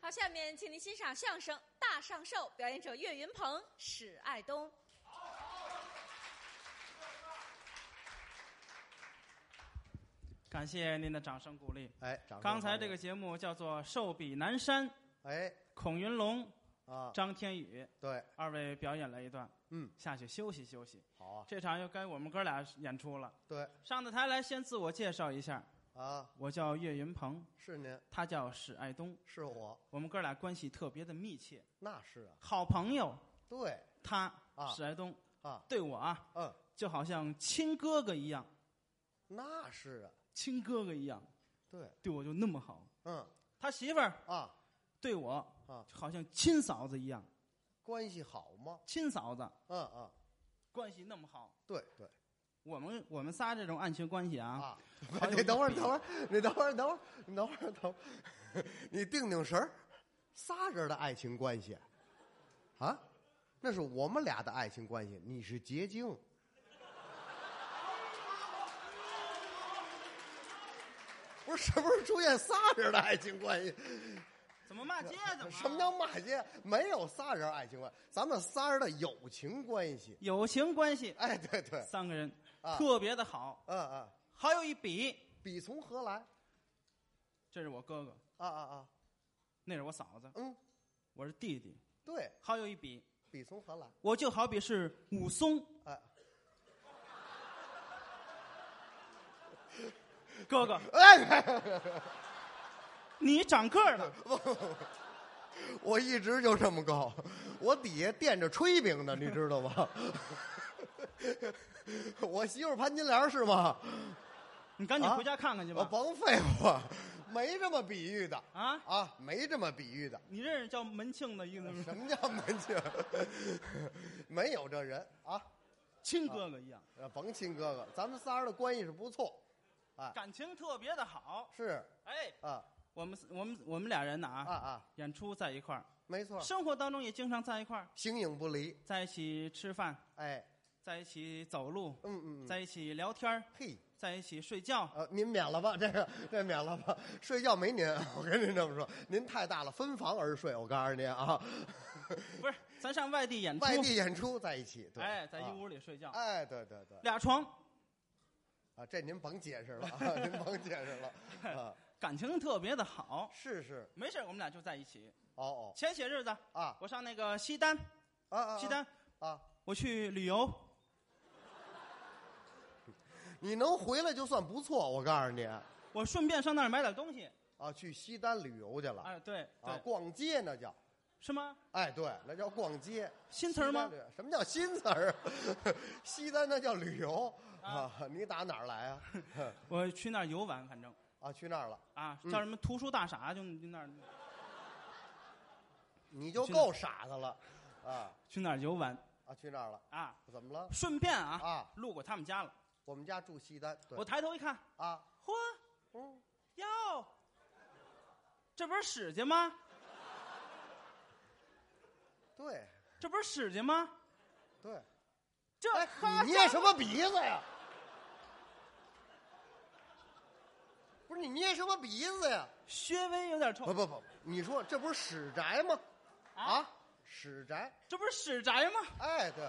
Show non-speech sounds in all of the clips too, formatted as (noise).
好，下面请您欣赏相声《大上寿》，表演者岳云鹏、史爱东。感谢您的掌声鼓励。哎，掌声刚才这个节目叫做《寿比南山》，哎孔云龙、啊，张天宇对，二位表演了一段，嗯，下去休息休息。好啊，这场又该我们哥俩演出了。对上的台来，先自我介绍一下，啊，我叫岳云鹏，是您，他叫史爱东，是我，我们哥俩关系特别的密切，那是啊，好朋友。对他啊史爱东啊，对我啊，嗯，就好像亲哥哥一样，那是啊，亲哥哥一样对，对我就那么好。嗯他媳妇儿啊，对我啊就好像亲嫂子一样，关系好吗？亲嫂子嗯嗯，关系那么好。对对我们我们仨这种暗情关系啊，啊， (laughs) 你等会儿，等会儿，你等会儿，等会儿，你等会儿，等会儿， (laughs) 你定定神儿，仨人的爱情关系，啊，那是我们俩的爱情关系，你是结晶。不是，什么时候出现仨人的爱情关系？怎么骂街啊？怎么什么叫骂街？没有仨人爱情关系，咱们仨人的友情关系。友情关系？哎，对对，三个人啊特别的好，嗯嗯，好有一比，彼从何来？这是我哥哥，啊啊啊，那是我嫂子，嗯，我是弟弟，对，好有一比，彼从何来？我就好比是武松哎，哥哥，哎， (laughs) 啊你长个儿了，我一直就这么高，我底下垫着炊 (laughs) 饼呢，你知道吗？我媳妇儿潘金莲是吗？你赶紧啊回家看看去我吧。甭废话，没这么比喻的啊，啊，没这么比喻的。你认识叫门庆的意思吗？什么叫门庆？没有这人啊，亲哥哥一样，甭亲哥哥，咱们仨人的关系是不错，感情特别的好。是哎，啊我们我们我们俩人呢啊啊，啊，演出在一块儿，没错，生活当中也经常在一块儿，形影不离。在一起吃饭，哎，在一起走路，嗯嗯，嗯在一起聊天儿，嘿。在一起睡觉。呃，您免了吧，这个这免了吧，睡觉没您，我跟您这么说，您太大了，分房而睡，我告诉您 (laughs) 啊，不是，咱上外地演出，外地演出在一起，对，哎，在一啊，屋里睡觉，哎，对对对，俩床，啊，这您甭解释了，啊、 (laughs) 您甭解释了，啊，感情特别的好。是是，没事儿，我们俩就在一起。哦前些日子哦，啊我上那个西单，啊啊，西单啊，我去旅游，你能回来就算不错，我告诉你，啊，我顺便上那儿买点东西。去西单旅游去了，哎，对啊，对，逛街那叫，是吗？哎，对，那叫逛街，新词儿吗西？单旅？什么叫新词儿？ (laughs) 西单那叫旅游啊啊，你打哪儿来啊？我去那儿游玩，反正啊，去那儿了，啊，嗯叫什么图书大傻，就就那儿你就去哪儿够傻的了，啊去那儿游玩啊，去那儿了，啊。怎么了？顺便啊，啊，路过他们家了，我们家住西单，对我抬头一看，啊，嚯嗯，哟，这不是史家吗？对这不是史家吗？ (laughs) 对，这哎哈，你捏什么鼻子呀？不是你捏什么鼻子呀？稍微有点不臭不不，你说这不是史宅吗？啊，啊，史宅，这不是史宅吗？哎对，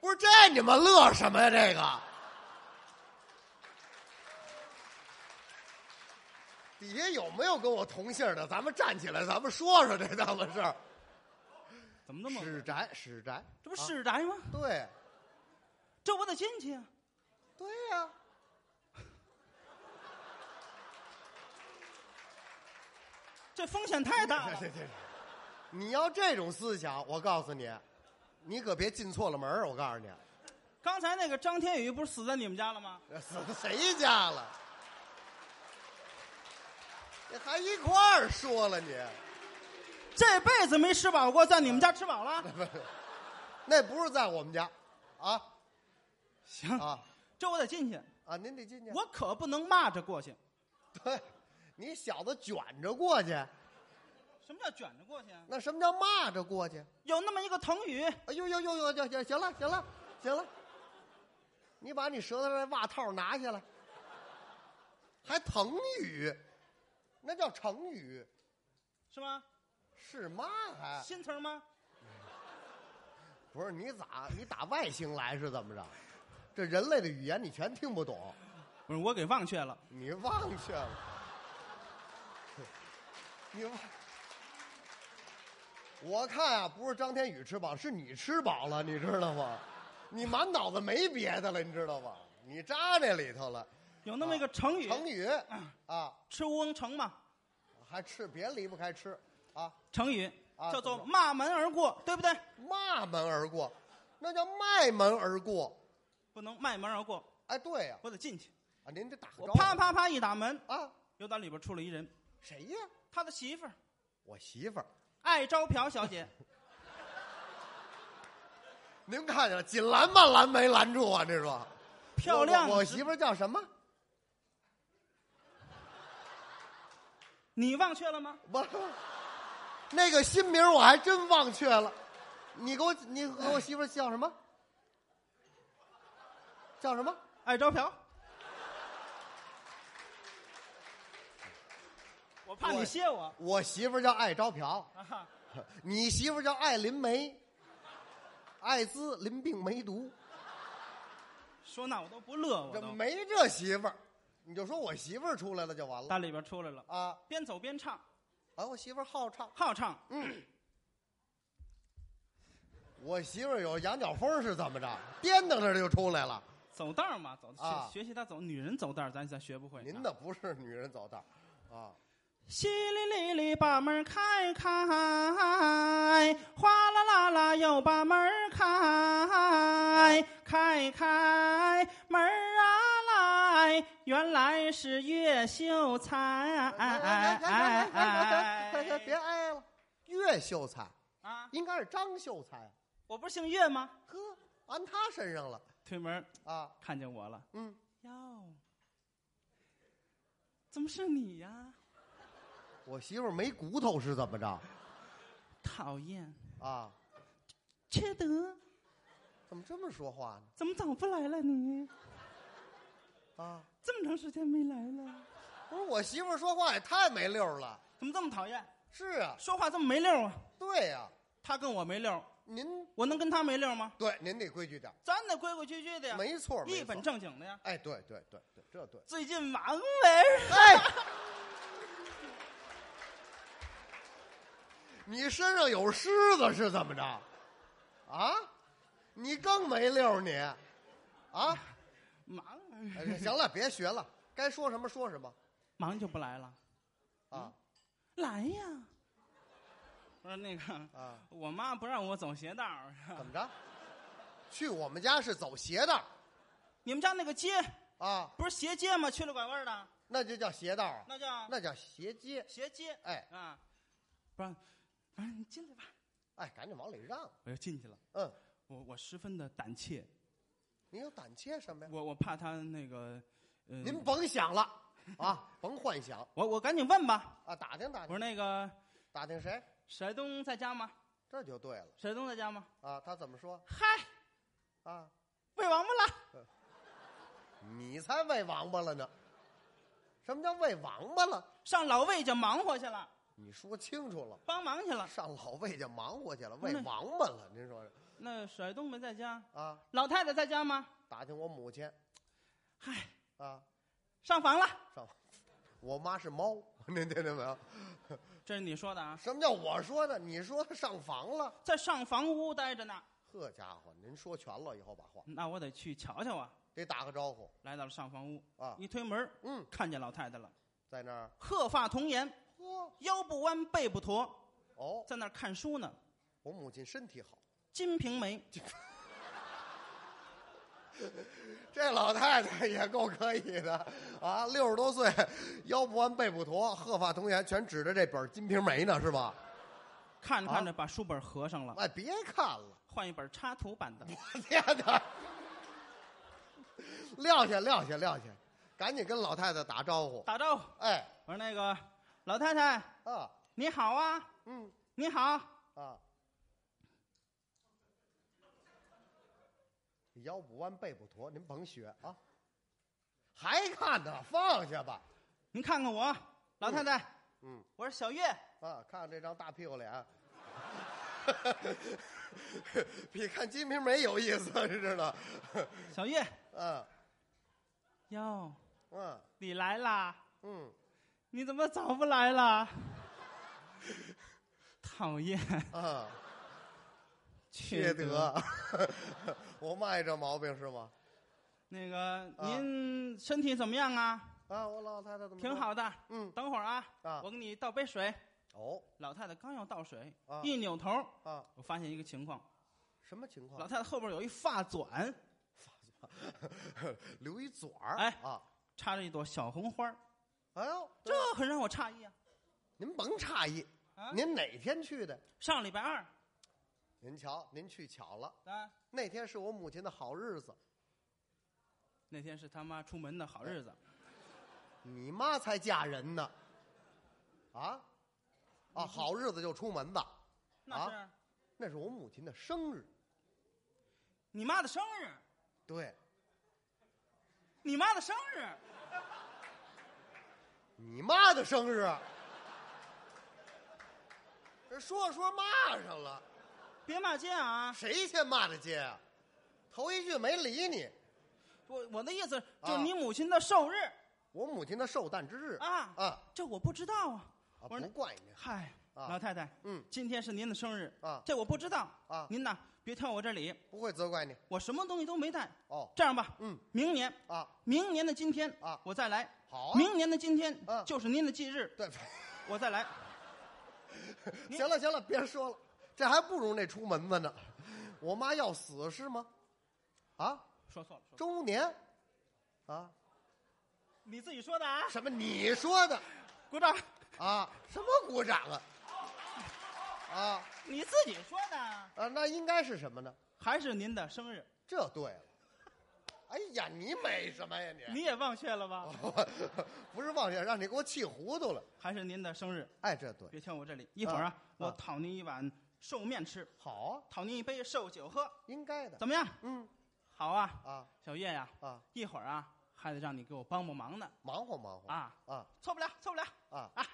不是这你们乐什么呀？这个底下有没有跟我同姓的？咱们站起来，咱们说说这档子事儿。怎么那么史宅，史宅，啊这不史宅吗？对这我的亲戚啊！对呀、这风险太大了对。对对，你要这种思想，我告诉你，你可别进错了门儿我告诉你，刚才那个张天宇不是死在你们家了吗？这死到谁家了？这还一块儿说了你，这辈子没吃饱过，在你们家吃饱了。 (laughs) 那不是在我们家，啊行，啊这我得进去，啊！您得进去。我可不能骂着过去。 (laughs) 对，你小子卷着过去，什么叫卷着过去啊？那什么叫骂着过去？有那么一个腾宇，哎呦呦呦呦，行行行了行了行了，你把你舌头上的袜套拿下来，还腾语，那叫成语，是吗？是妈还心疼吗？不是你咋你打外星来是怎么着？这人类的语言你全听不懂，不是，我给忘却了。你忘却了，你忘。我看啊，不是张天宇吃饱，是你吃饱了，你知道吗？你满脑子没别的了，你知道吗？你扎那里头了。有那么一个成语，成语啊，吃乌龙成嘛，还吃别离不开吃啊，成语啊叫做怎么骂门而过，对不对？骂门而过，那叫迈门而过。不能卖门而过，哎，对呀、我得进去。啊，您这打个我招呼啪啪啪一打门，啊，又打里边出来一人，谁呀？他的媳妇儿我媳妇儿。艾招嫖小 (laughs) 姐，您看见了，紧拦慢拦没拦住啊？这说漂亮我我的媳妇儿叫什么？你忘却了吗？我那个新名我还真忘却了。你给我，你给我媳妇儿叫什么？叫什么？艾招 (laughs) 嫖。我怕你歇我我媳妇儿叫艾招嫖，啊！你媳妇儿叫艾琳梅，艾滋淋病梅毒，说那我都不乐，我这都没这媳妇儿，你就说我媳妇儿出来了就完了打里边出来了，啊！边走边唱，啊，我媳妇儿好唱，好唱。嗯我媳妇儿有羊角风是怎么着？颠腾着就出来了。走道儿嘛，走啊学学习他走，女人走道儿咱咱学不会。您啊的不是女人走道儿啊，淅沥沥沥把门开开，哗啦啦啦又把门开开开门啊来，原来是岳秀才。来来来来来来来来，别挨了。岳秀才啊！应该是张秀才，我不是姓岳吗？呵，安他身上了推门啊。看见我了，嗯，哟，怎么是你呀？我媳妇儿没骨头是怎么着讨厌，啊？缺德，怎么这么说话呢？怎么早不来了你？啊，这么长时间没来了。不是我媳妇儿说话也太没溜儿了。怎么这么讨厌？是啊，说话这么没溜儿啊？对呀、他跟我没溜儿，您我能跟他没溜儿吗？对您得规矩点儿，咱得规规矩矩的呀，没错，没一本错。正经的呀。哎，对对对对，这对。最近忙呗，哎， (laughs) 你身上有虱子是怎么着？啊，你更没溜儿你，啊，忙哎行了，别学了，该说什么说什么忙就不来了，啊来呀！我说那个，啊，我妈不让我走邪道儿，啊怎么着？去我们家是走邪道你们家那个街啊，不是斜街吗？曲里拐弯儿的，那就叫邪道啊，那叫那叫邪街。斜街哎啊。不让，不让你进来吧。哎，赶紧往里让，我又进去了，嗯，我我十分的胆怯，您有胆怯什么呀？我我怕他那个，呃，您甭想了啊，甭幻想我我赶紧问吧。啊，打听打我说听那个打听谁，甩东在家吗？这就对了甩东在家吗？啊。他怎么说嗨，啊？喂王八了，你才喂王八了呢！什么叫喂王八了？上老魏家忙活去了，你说清楚了，帮忙去了。上老魏家忙活去了，不喂是王八了，您说是那甩东没在家，啊？老太太在家吗？打听我母亲嗨，啊，上房了。上，我妈是猫， (laughs) 您听见没有？这是你说的啊，什么叫我说的？你说上房了？在上房屋待着呢。呵家伙，您说全了以后把话那我得去瞧瞧啊。得打个招呼来到了上房屋，啊。一推门嗯，看见老太太了，在那儿鹤发童颜，嚯腰不弯背不驼，哦，在那儿看书呢。我母亲身体好。 《金瓶梅》这老太太也够可以的啊，六十多岁，腰不弯背不驼，鹤发童颜，全指着这本《金瓶梅》呢，是吧？看着看着把书本合上了，哎，别看了，换一本插图版的。我天哪！撂下，撂下，撂下，赶紧跟老太太打招呼。打招呼，哎我说那个老太太啊，你好啊，嗯你好，啊，腰不弯背不驼，您甭学啊。还看呢，放下吧。您看看我，老太太，嗯我说小月，啊，看看这张大屁股脸， (laughs) 比看《金瓶梅》有意思， (laughs) 你知道？小月，嗯哟，嗯你来啦？嗯，你怎么早不来 (laughs) 啦？讨厌，啊，缺缺德， (laughs) 我妈也这毛病是吗？那个，啊您身体怎么样啊？啊，我老太太怎么说挺？好的。嗯等会儿啊，啊我给你倒杯水。哦老太太刚要倒水，啊一扭头，啊，我发现一个情况：什么情老况？太太后边有一发卷，留一嘴儿哎啊！插着一朵小红花儿，哎呦，这很让我诧异啊！您甭诧异啊，您哪天去的？上礼拜二您瞧，您去巧了，啊，那天是我母亲的好日子，那天是他妈出门的好日啊子，你妈才嫁人呢，啊，啊，好日子就出门吧，那是那是我母亲的生日，你妈的生日，对你妈的生日，你妈的生日，啊这说着说着骂上了，别骂街啊！谁先骂的街啊？头一句没理你，我我的意思就是啊你母亲的寿日我母亲的寿诞之日啊啊，啊，这我不知道啊。我不说怪你嗨，啊老太太，嗯，今天是您的生日啊这我不知道啊您呐，别挑我这理，不会责怪你我什么东西都没带。哦这样吧，嗯明年啊，明年的今天啊我再来。好啊，明年的今天嗯就是您的忌日，对。我再来。您行了行了，别说了，这还不如那出门子呢。我妈要死是吗？啊，说错了，说错了周年，啊，你自己说的啊。什么你说的鼓掌，啊？什么鼓掌啊？啊你自己说的，啊，那应该是什么呢？还是您的生日，这对了。哎呀，你美什么呀你？你也忘却了哦吧？ (laughs) 不是忘记让你给我气糊涂了。还是您的生日，哎，这对，别挑我这里。一会儿啊，我啊讨您一碗寿面吃，好啊，讨您一杯寿酒喝，应该的。怎么样？嗯好啊，啊小月呀、啊，一会儿啊还得让你给我帮帮忙呢忙活忙活啊，啊错不了，错不了。啊！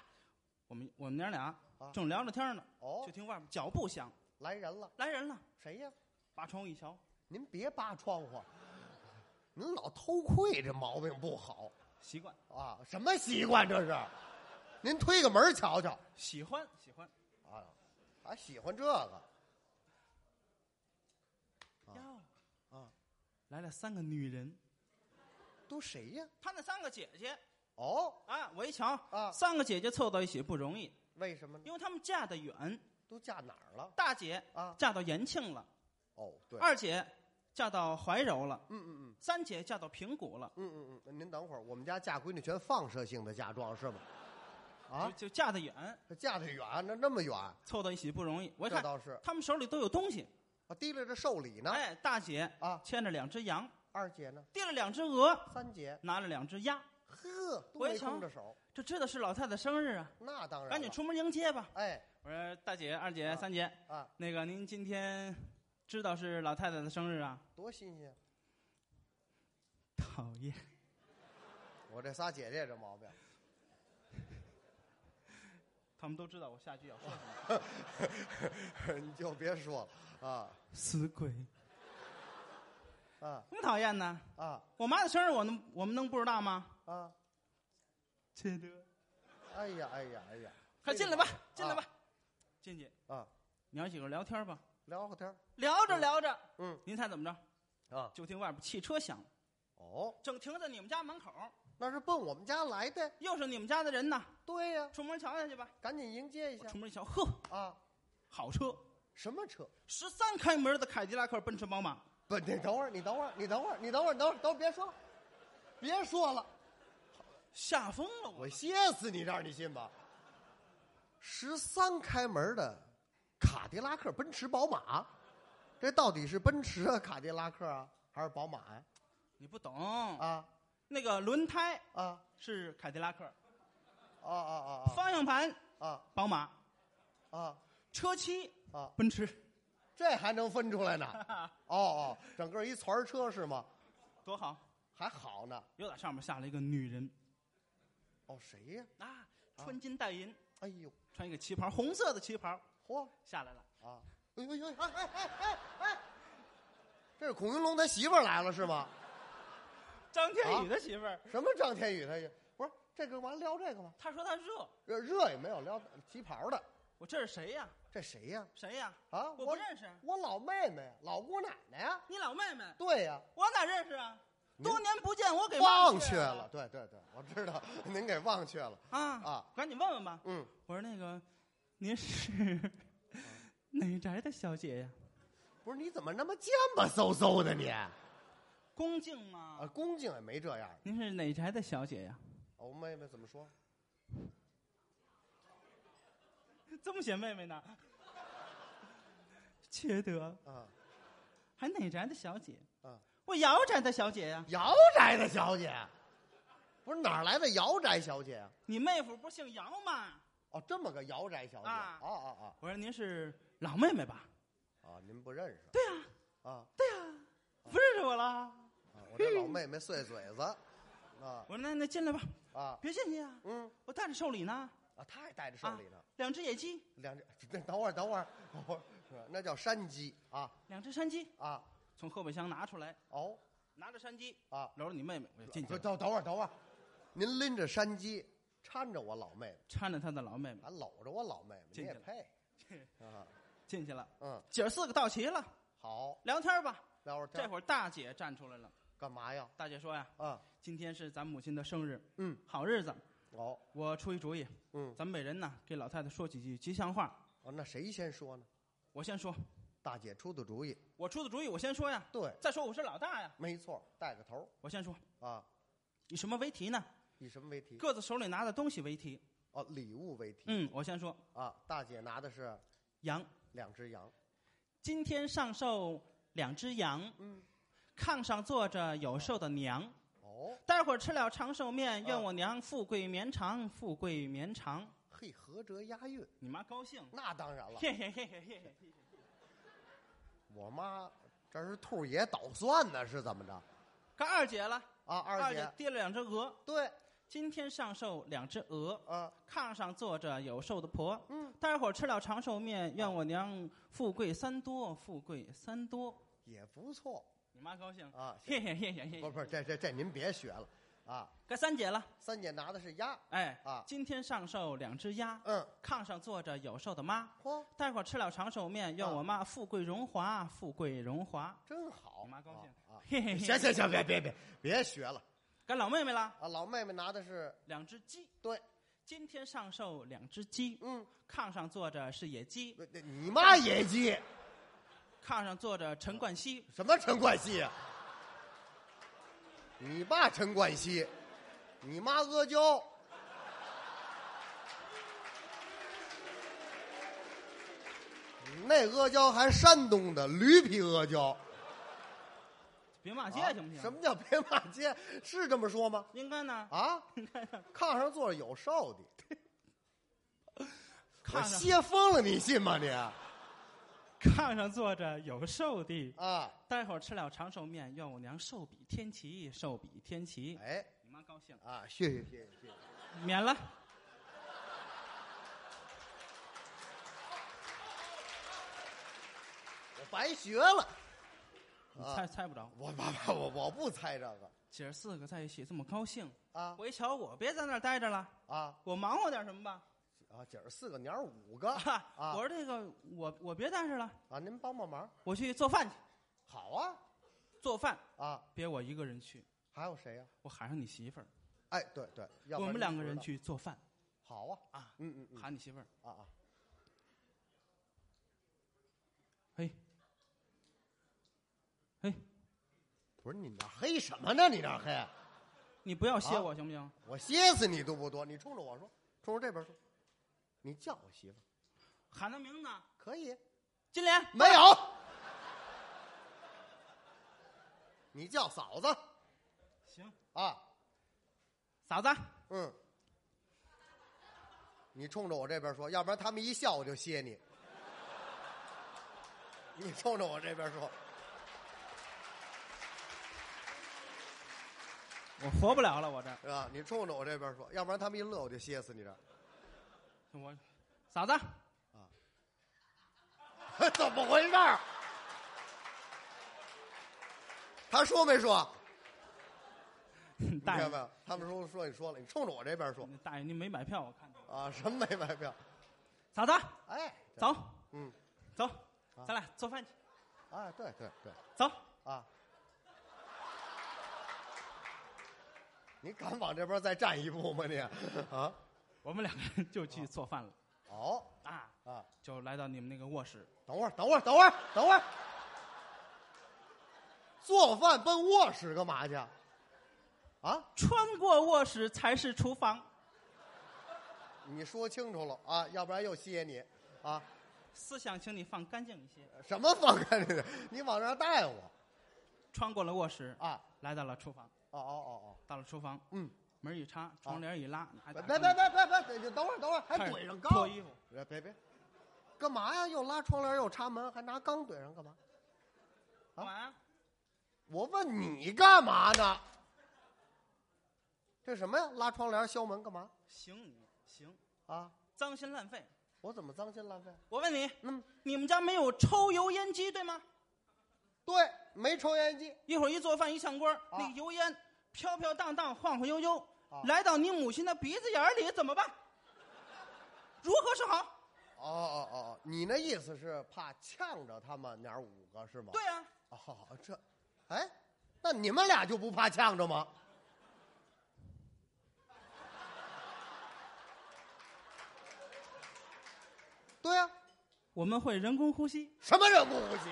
我们我们娘俩啊正聊着天呢，哦就，听外面脚步响，来人了，来人了，谁呀？扒窗户一瞧，您别扒窗户，您老偷窥这毛病不好习惯，啊！什么习惯这是？您推个门瞧瞧喜欢，喜欢。啊！还喜欢这个？啊哟啊，来了三个女人，都谁呀？她那三个姐姐哦啊，我一瞧啊，三个姐姐凑到一起不容易，为什么呢？因为她们嫁得远，都嫁哪儿了？大姐啊，嫁到延庆了，哦，对，二姐嫁到怀柔了，嗯嗯嗯三姐嫁到平谷了，嗯嗯嗯，您等会儿，我们家嫁闺女全放射性的嫁妆是吗？啊就，就嫁得远，这嫁得远，那那么远，凑到一起不容易。我一这看，倒是她们手里都有东西，啊，提溜着寿礼呢。哎，大姐啊，牵着两只羊，二姐呢？提了两只鹅，三姐，拿了两只鸭，呵，都我也没瞧空着手，这知道是老太太生日啊，那当然，赶紧，出门迎接吧。哎。我说大姐、二姐、啊三姐啊，那个您今天知道是老太太的生日啊？ (laughs) 多新鲜！讨厌，我这仨姐姐这毛病，他们都知道我下句要说什么，你就别说了啊死 (laughs) 鬼，啊那么讨厌呢？啊我妈的生日我能我们能不知道吗？啊！缺德，哎呀哎呀哎呀！快进来吧，进来吧，进去啊，娘几个聊天吧，聊会儿天儿聊着聊着，嗯，您猜怎么着？啊。就听外边汽车响了，哦，正停在你们家门口，那是奔我们家来的。又是你们家的人呢，对呀、出门瞧瞧去吧。赶紧迎接一我下出门一瞧，呵，啊！好车，什么车？十三开门的凯迪拉克、奔驰、宝马，不，你等会儿，你等会儿，你等会儿，你等会儿，等会儿，等会儿，别说了，别说了，吓疯了我我！歇死你这儿，你信吗？十三开门的卡迪拉克、奔驰、宝马，这到底是奔驰啊、卡迪拉克啊，还是宝马呀、你不懂，啊那个轮胎啊是凯迪拉克，啊啊方向盘啊宝马，啊啊车漆啊！奔驰，这还能分出来呢？哦哦，整个一团车是吗？多好！还好呢。又在上面下来一个女人哦，谁呀？啊，穿金戴银，哎呦，穿一个旗袍，红色的旗袍嚯下来了。啊！哎呦哎呦哎哎哎哎哎！这是孔云龙他媳妇儿来了是吗？张啊天宇的媳妇儿，什么张天宇他也不是这个嘛撩这个吗？他说他热，热热也没有撩旗袍的，我这是谁呀？这谁呀？谁呀？啊，我不认识，我老妹妹呀，老姑奶奶呀。你老妹妹，对呀，我哪认识啊？您多年不见，我给忘却却了。对对对，我知道您给忘却了啊啊。赶紧问问吧。嗯，我说那个，您啊是 (laughs) 哪宅的小姐呀？不是你怎么那么贱吧嗖嗖的你？啊，恭敬吗？恭敬也没这样。哦您是哪宅的小姐呀？ (laughs) 我妹妹怎么说？这么写妹妹呢？ (laughs) 缺德，啊，还哪宅的小姐？啊，我姚宅的小姐呀、姚宅的小姐，不是哪儿来的姚宅小姐啊？你妹夫不是姓姚吗？哦，这么个姚宅小姐啊啊啊我说您是老妹妹吧？啊啊！您不认识？对呀、啊对呀、不认识我了。啊！我这老妹妹碎嘴子，啊我说那那进来吧，啊别进去啊，嗯我带着寿礼呢，啊！她也带着手里呢，两只野鸡，两只。 (laughs) 等会儿，等会儿，等会儿，那叫山鸡啊两只山鸡，啊！从后备箱拿出来，哦拿着山鸡啊！搂着你妹妹，我就进去了，等等等会儿，等会儿，您拎着山鸡，搀着我老妹妹，搀着他的老妹妹还搂着我老妹妹，你进去也了配？啊，进去了。嗯，姐儿四个到齐了，好，聊天吧。聊会儿天这儿会儿大姐站出来了，干嘛呀？大姐说呀啊，：“今天是咱母亲的生日，嗯，好日子，哦，我出一主意，嗯，咱们每人呢给老太太说几句吉祥话。哦，那谁先说呢？我先说，大姐出的主意，我出的主意，我先说呀。对，再说我是老大呀，没错，带个头我先说。儿啊，以什么为题呢？以什么为题？各自手里拿的东西为题。哦，礼物为题、嗯，我先说啊。大姐拿的是羊，两只羊，今天上寿两只羊，嗯，炕上坐着有寿的娘。哦，待会儿吃了长寿面，啊愿我娘富贵绵长，富贵绵长。嘿，合辙押韵，你妈高兴，那当然了。嘿嘿嘿嘿嘿嘿。我妈这是兔爷捣蒜呢，是怎么着？该二姐了，啊，二二姐跌了两只鹅，对今天上寿两只鹅。啊，炕上坐着有寿的婆，嗯，待会儿吃了长寿面，愿我娘富贵三多，富贵三多。也不错你妈高兴，啊。谢谢谢谢谢不谢。是不是，这这这您别学了啊。该三姐了，三姐拿的是鸭哎，啊，今天上寿两只鸭，嗯，炕上坐着有寿的妈，嚯，待会儿吃了长寿面，啊愿我妈富贵荣华，富贵荣华。真好。你妈高兴啊啊 (laughs) 嘿嘿行嘿，行行，别别别别学了该老妹妹了，啊！老妹妹拿的是两只鸡，对，今天上寿两只鸡，嗯，炕上坐着是野鸡，不是你妈野鸡，炕上坐着陈冠希，什么陈冠希啊？你爸陈冠希，你妈阿胶。你那阿胶还山东的驴皮阿胶，别骂街啊行不行？什么叫 (laughs) 别骂街？是这么说吗？应该呢， (laughs) 啊，炕上坐着有少的，我炕上歇疯了，你信吗你？啊 (laughs) 炕上坐着有寿的，啊，待会儿吃了长寿面，愿我娘寿比天齐，寿比天齐。哎你妈高兴，啊，谢谢谢谢谢谢。免了。啊我白学了。你啊猜猜不着，我我我我不猜这个姐儿四个在一起这么高兴，啊我一瞧我别在那儿待着了，啊我忙活点什么吧。啊！姐儿四个，娘儿五 (laughs) 个啊我说这个我我别待着了，啊！您帮帮忙，我去做饭去。好啊做饭啊！别我一个人去，还有谁呀、我喊上你媳妇儿，哎，对对，要不我然们两个不知人道，去做饭好啊啊。嗯嗯嗯喊你媳妇儿，啊啊！嘿，不是你那黑什么呢？你那黑，你不要歇啊我行不行？我歇死你都不多，你冲着我说，冲着这边说，你叫我媳妇儿喊她名字，可以金莲没有？你叫嫂子行，啊，嫂子，嗯，你冲着我这边说，要不然他们一笑我就歇你。你冲着我这边说，我活不了了，我这。是吧？你冲着我这边说，要不然他们一乐我就歇死你这儿。我嫂子，怎么回事儿？ (laughs) 他说没说？大你看爷没，有？他们说说你说了，你冲着我这边说大爷您没买票，我看见了。啊，什么没买票？嫂子，哎，这，走嗯，走啊，咱俩做饭去，啊，对对对，走。啊，你敢往这边再站一步吗你？啊，我们两个人就去做饭了哦啊，啊，就来到你们那个卧室。等会儿，等会儿，等会儿，等会儿，做饭奔卧室干嘛去？啊，穿过卧室才是厨房，你说清楚了啊，要不然又歇你啊。思想请你放干净一些。什么放干净的？你往那儿带我穿过了卧室，啊！来到了厨房，哦哦到了厨房，嗯，门一插，窗帘一拉，拿哦哦，别别，别别别，别等会儿等会儿，还开始怼上钢，脱衣服，别别别，干嘛呀？又拉窗帘又插门，还拿钢怼上干嘛？干嘛呀？我问你干嘛呢？这什么呀？拉窗帘削门干嘛行你行，啊？脏心烂肺。我怎么脏心烂肺？我问你，嗯，你们家没有抽油烟机对吗？对，没抽烟机，一会儿一做饭一炝锅，那个啊油烟飘飘荡荡、晃晃悠悠，啊来到你母亲的鼻子眼儿里怎么办？如何是好？哦哦哦哦，你那意思是怕呛着他们娘儿五个是吗？对啊，哦，这，哎，那你们俩就不怕呛着吗？对呀、我们会人工呼吸，什么人工呼吸？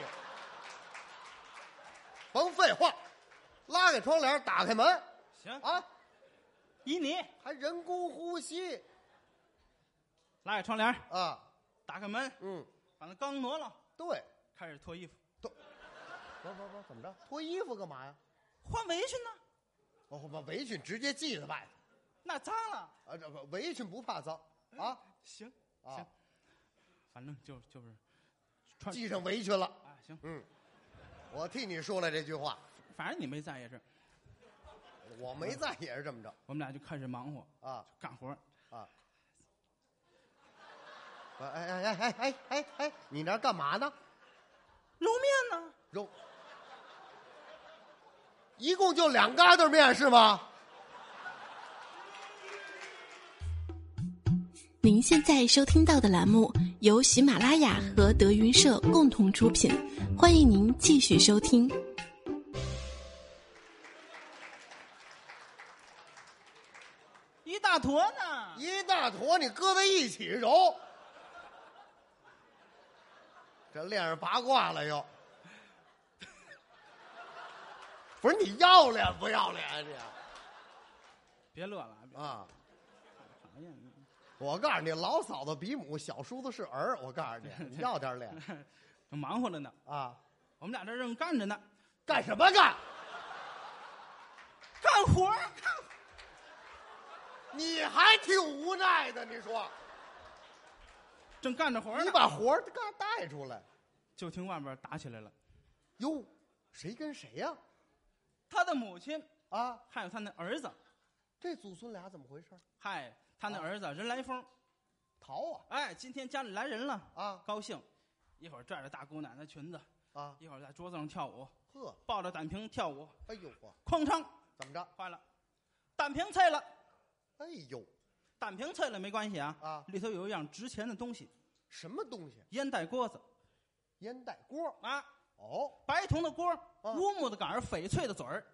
甭废话，拉开窗帘，打开门行，啊，依你还人工呼吸拉开窗帘，啊？打开门，嗯，把那缸挪了，对，开始脱衣服，不不不，怎么着？脱衣服干嘛呀？换围裙呢？我把围裙直接系在外头那脏了，啊，这不围裙不怕脏啊行，啊行，反正就就是穿系上围裙了。啊，行，嗯，我替你说了这句话，反正你没在也是，我没在也是这么着我们俩就开始忙活啊干活，啊！哎哎哎哎哎哎哎，你那儿干嘛呢？揉面呢，肉，一共就两疙瘩面是吗？您现在收听到的栏目由喜马拉雅和德云社共同出品，欢迎您继续收听。一大坨呢，一大坨你搁在一起揉，这练上八卦了又。不是你要脸不要脸啊你别乐了，别啊！讨厌你。我告诉你，老嫂子比母，小叔子是儿。我告诉你，你要点脸正忙活着呢，啊！我们俩这正干着呢，干什么干？干活儿干活儿你还挺无奈的，你说？ (laughs) 正干着活儿你呢，把活儿干带出来就听外边打起来了，哟？谁跟谁呀、他的母亲啊？还有他那儿子，这祖孙俩怎么回事？嗨，他那儿子人来疯，逃啊哎，今天家里来人了，啊高兴，一会儿拽着大姑奶奶裙子，啊！一会儿在桌子上跳舞，呵，抱着胆瓶跳舞，哎呦我哐当怎么着？坏了，胆瓶碎了，哎呦，胆瓶碎了没关系啊，啊里头有一样值钱的东西，什么东西？烟袋锅子烟袋锅啊，哦，白铜的锅，乌木的杆儿，翡翠的嘴儿，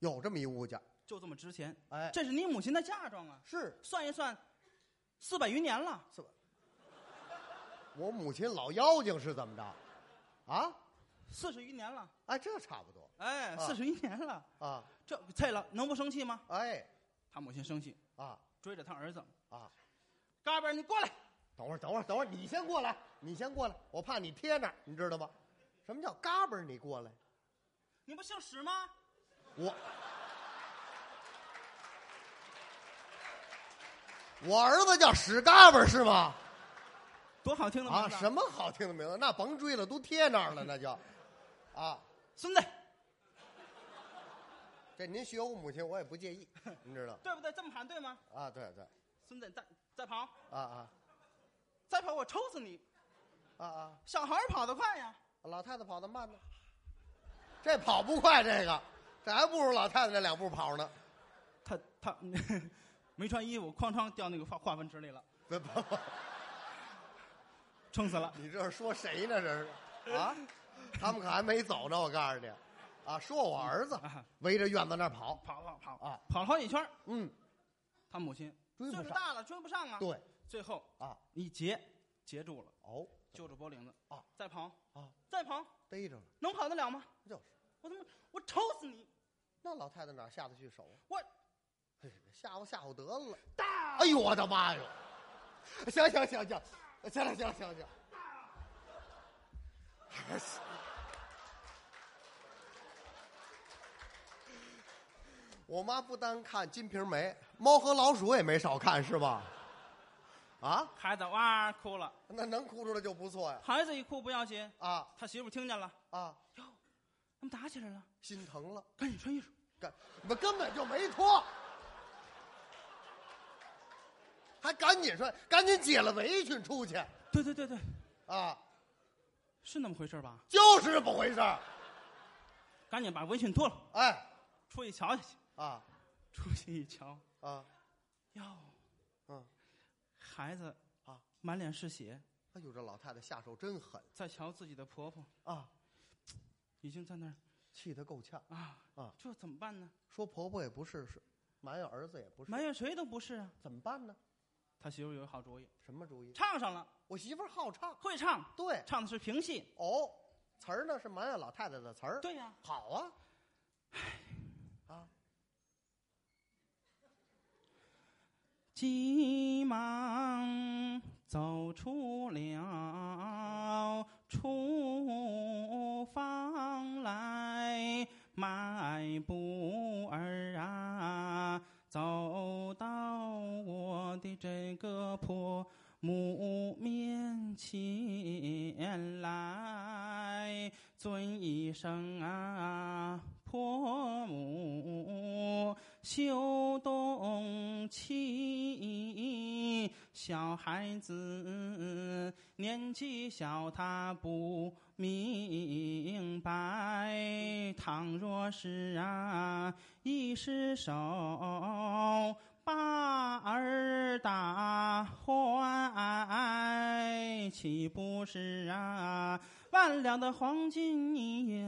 有这么一物件儿。就这么值钱，哎，这是你母亲的嫁妆啊。是算一算，四百余年了。是吧？我母亲老妖精是怎么着？啊？四十余年了，哎，这差不多哎，啊四十余年了，啊！这菜了能不生气吗？哎他母亲生气，啊追着他儿子，啊！嘎巴儿，你过来，等会儿，等会儿，等会儿，你先过来，你先过来，我怕你贴那儿，你知道吗？什么叫嘎嘣儿？你过来，你不姓史吗？我我儿子叫史嘎嘣儿是吗？多好听的名啊，字！什？么好听的名字？那甭追了，都贴那儿了，那就啊。孙子，这您学我母亲，我也不介意，您知道对不对？这么喊对吗？啊？对对孙子，你再再跑，啊啊！再跑我抽死你！啊啊！小孩儿跑得快呀，老太太跑得慢呢，这跑不快，这个这还不如老太太那两步跑呢。 (laughs) 他他没穿衣服，哐当掉那个化化粪池里了，这不，撑死了。 (laughs) 你这是说谁呢？这是啊？他们可还没走呢，我告诉你，啊，说我儿子啊围着院子那儿跑，跑跑跑啊，跑了好几圈儿，嗯，他母亲追岁不数上，大了追不上啊，对最后啊，一截截住了，哦，揪着脖领子啊，再跑啊，再跑，逮着了，能跑得了吗？就是。我他妈，我抽死你！那老太太哪下得去手啊？我嘿吓唬吓唬得了。大哎呦我的妈哟！行行行行，行了行了行了行了。我妈不单看《金瓶梅》，《猫和老鼠》也没少看，是吧？啊，孩子哇哭了，那能哭出来就不错呀！孩子一哭不要紧，啊他媳妇听见了，啊，他们打起来了，心疼了，赶紧穿衣服。干，我根本就没脱，还赶紧说，赶紧解了围裙出去对对对对，啊！是那么回事儿吧？就是不回事儿。赶紧把围裙脱了，哎，出去瞧瞧去。啊出去一瞧，啊，哟，嗯，孩子啊，满脸是血，哎呦，这老太太下手真狠再瞧自己的婆婆啊，已经在那儿气得够呛。啊啊，这怎么办呢？说婆婆也不是，是埋怨儿子也不是，埋怨谁都不是啊。怎么办呢？他媳妇有一好主意，什么主意？唱上了，我媳妇儿好唱，会唱，对，唱的是评戏。哦，词儿呢是埋怨老太太的词儿，，对呀、好啊，啊，急忙走出了厨房来，迈步儿啊，走到我的这个婆母面前来，尊一声啊，婆母。修动气，小孩子年纪小，他不明白。倘若是啊，一失手把儿打坏，岂不是啊？万两的黄金你也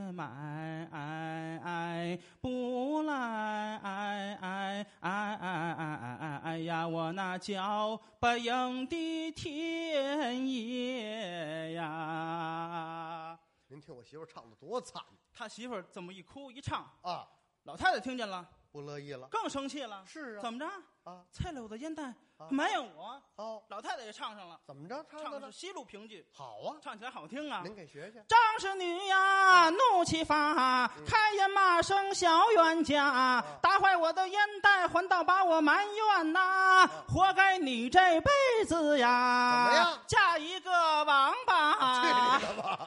哎买不来？哎哎哎哎哎哎哎呀！我那脚不应的田野呀！您听我媳妇儿唱的多惨他媳妇儿这么一哭一唱，啊，老太太听见了不乐意了，更生气了。是啊，怎么着？啊，菜柳子烟袋啊埋怨我，哦，老太太也唱上了，怎么着唱唱的的是呢？西路评剧，好啊，唱起来好听啊。您给学学，张氏女呀，怒气发，开眼骂声小冤家，打坏我的烟袋，还倒把我埋怨呐，活该你这辈子呀，怎么样嫁一个王八。 (laughs) 去你的吧！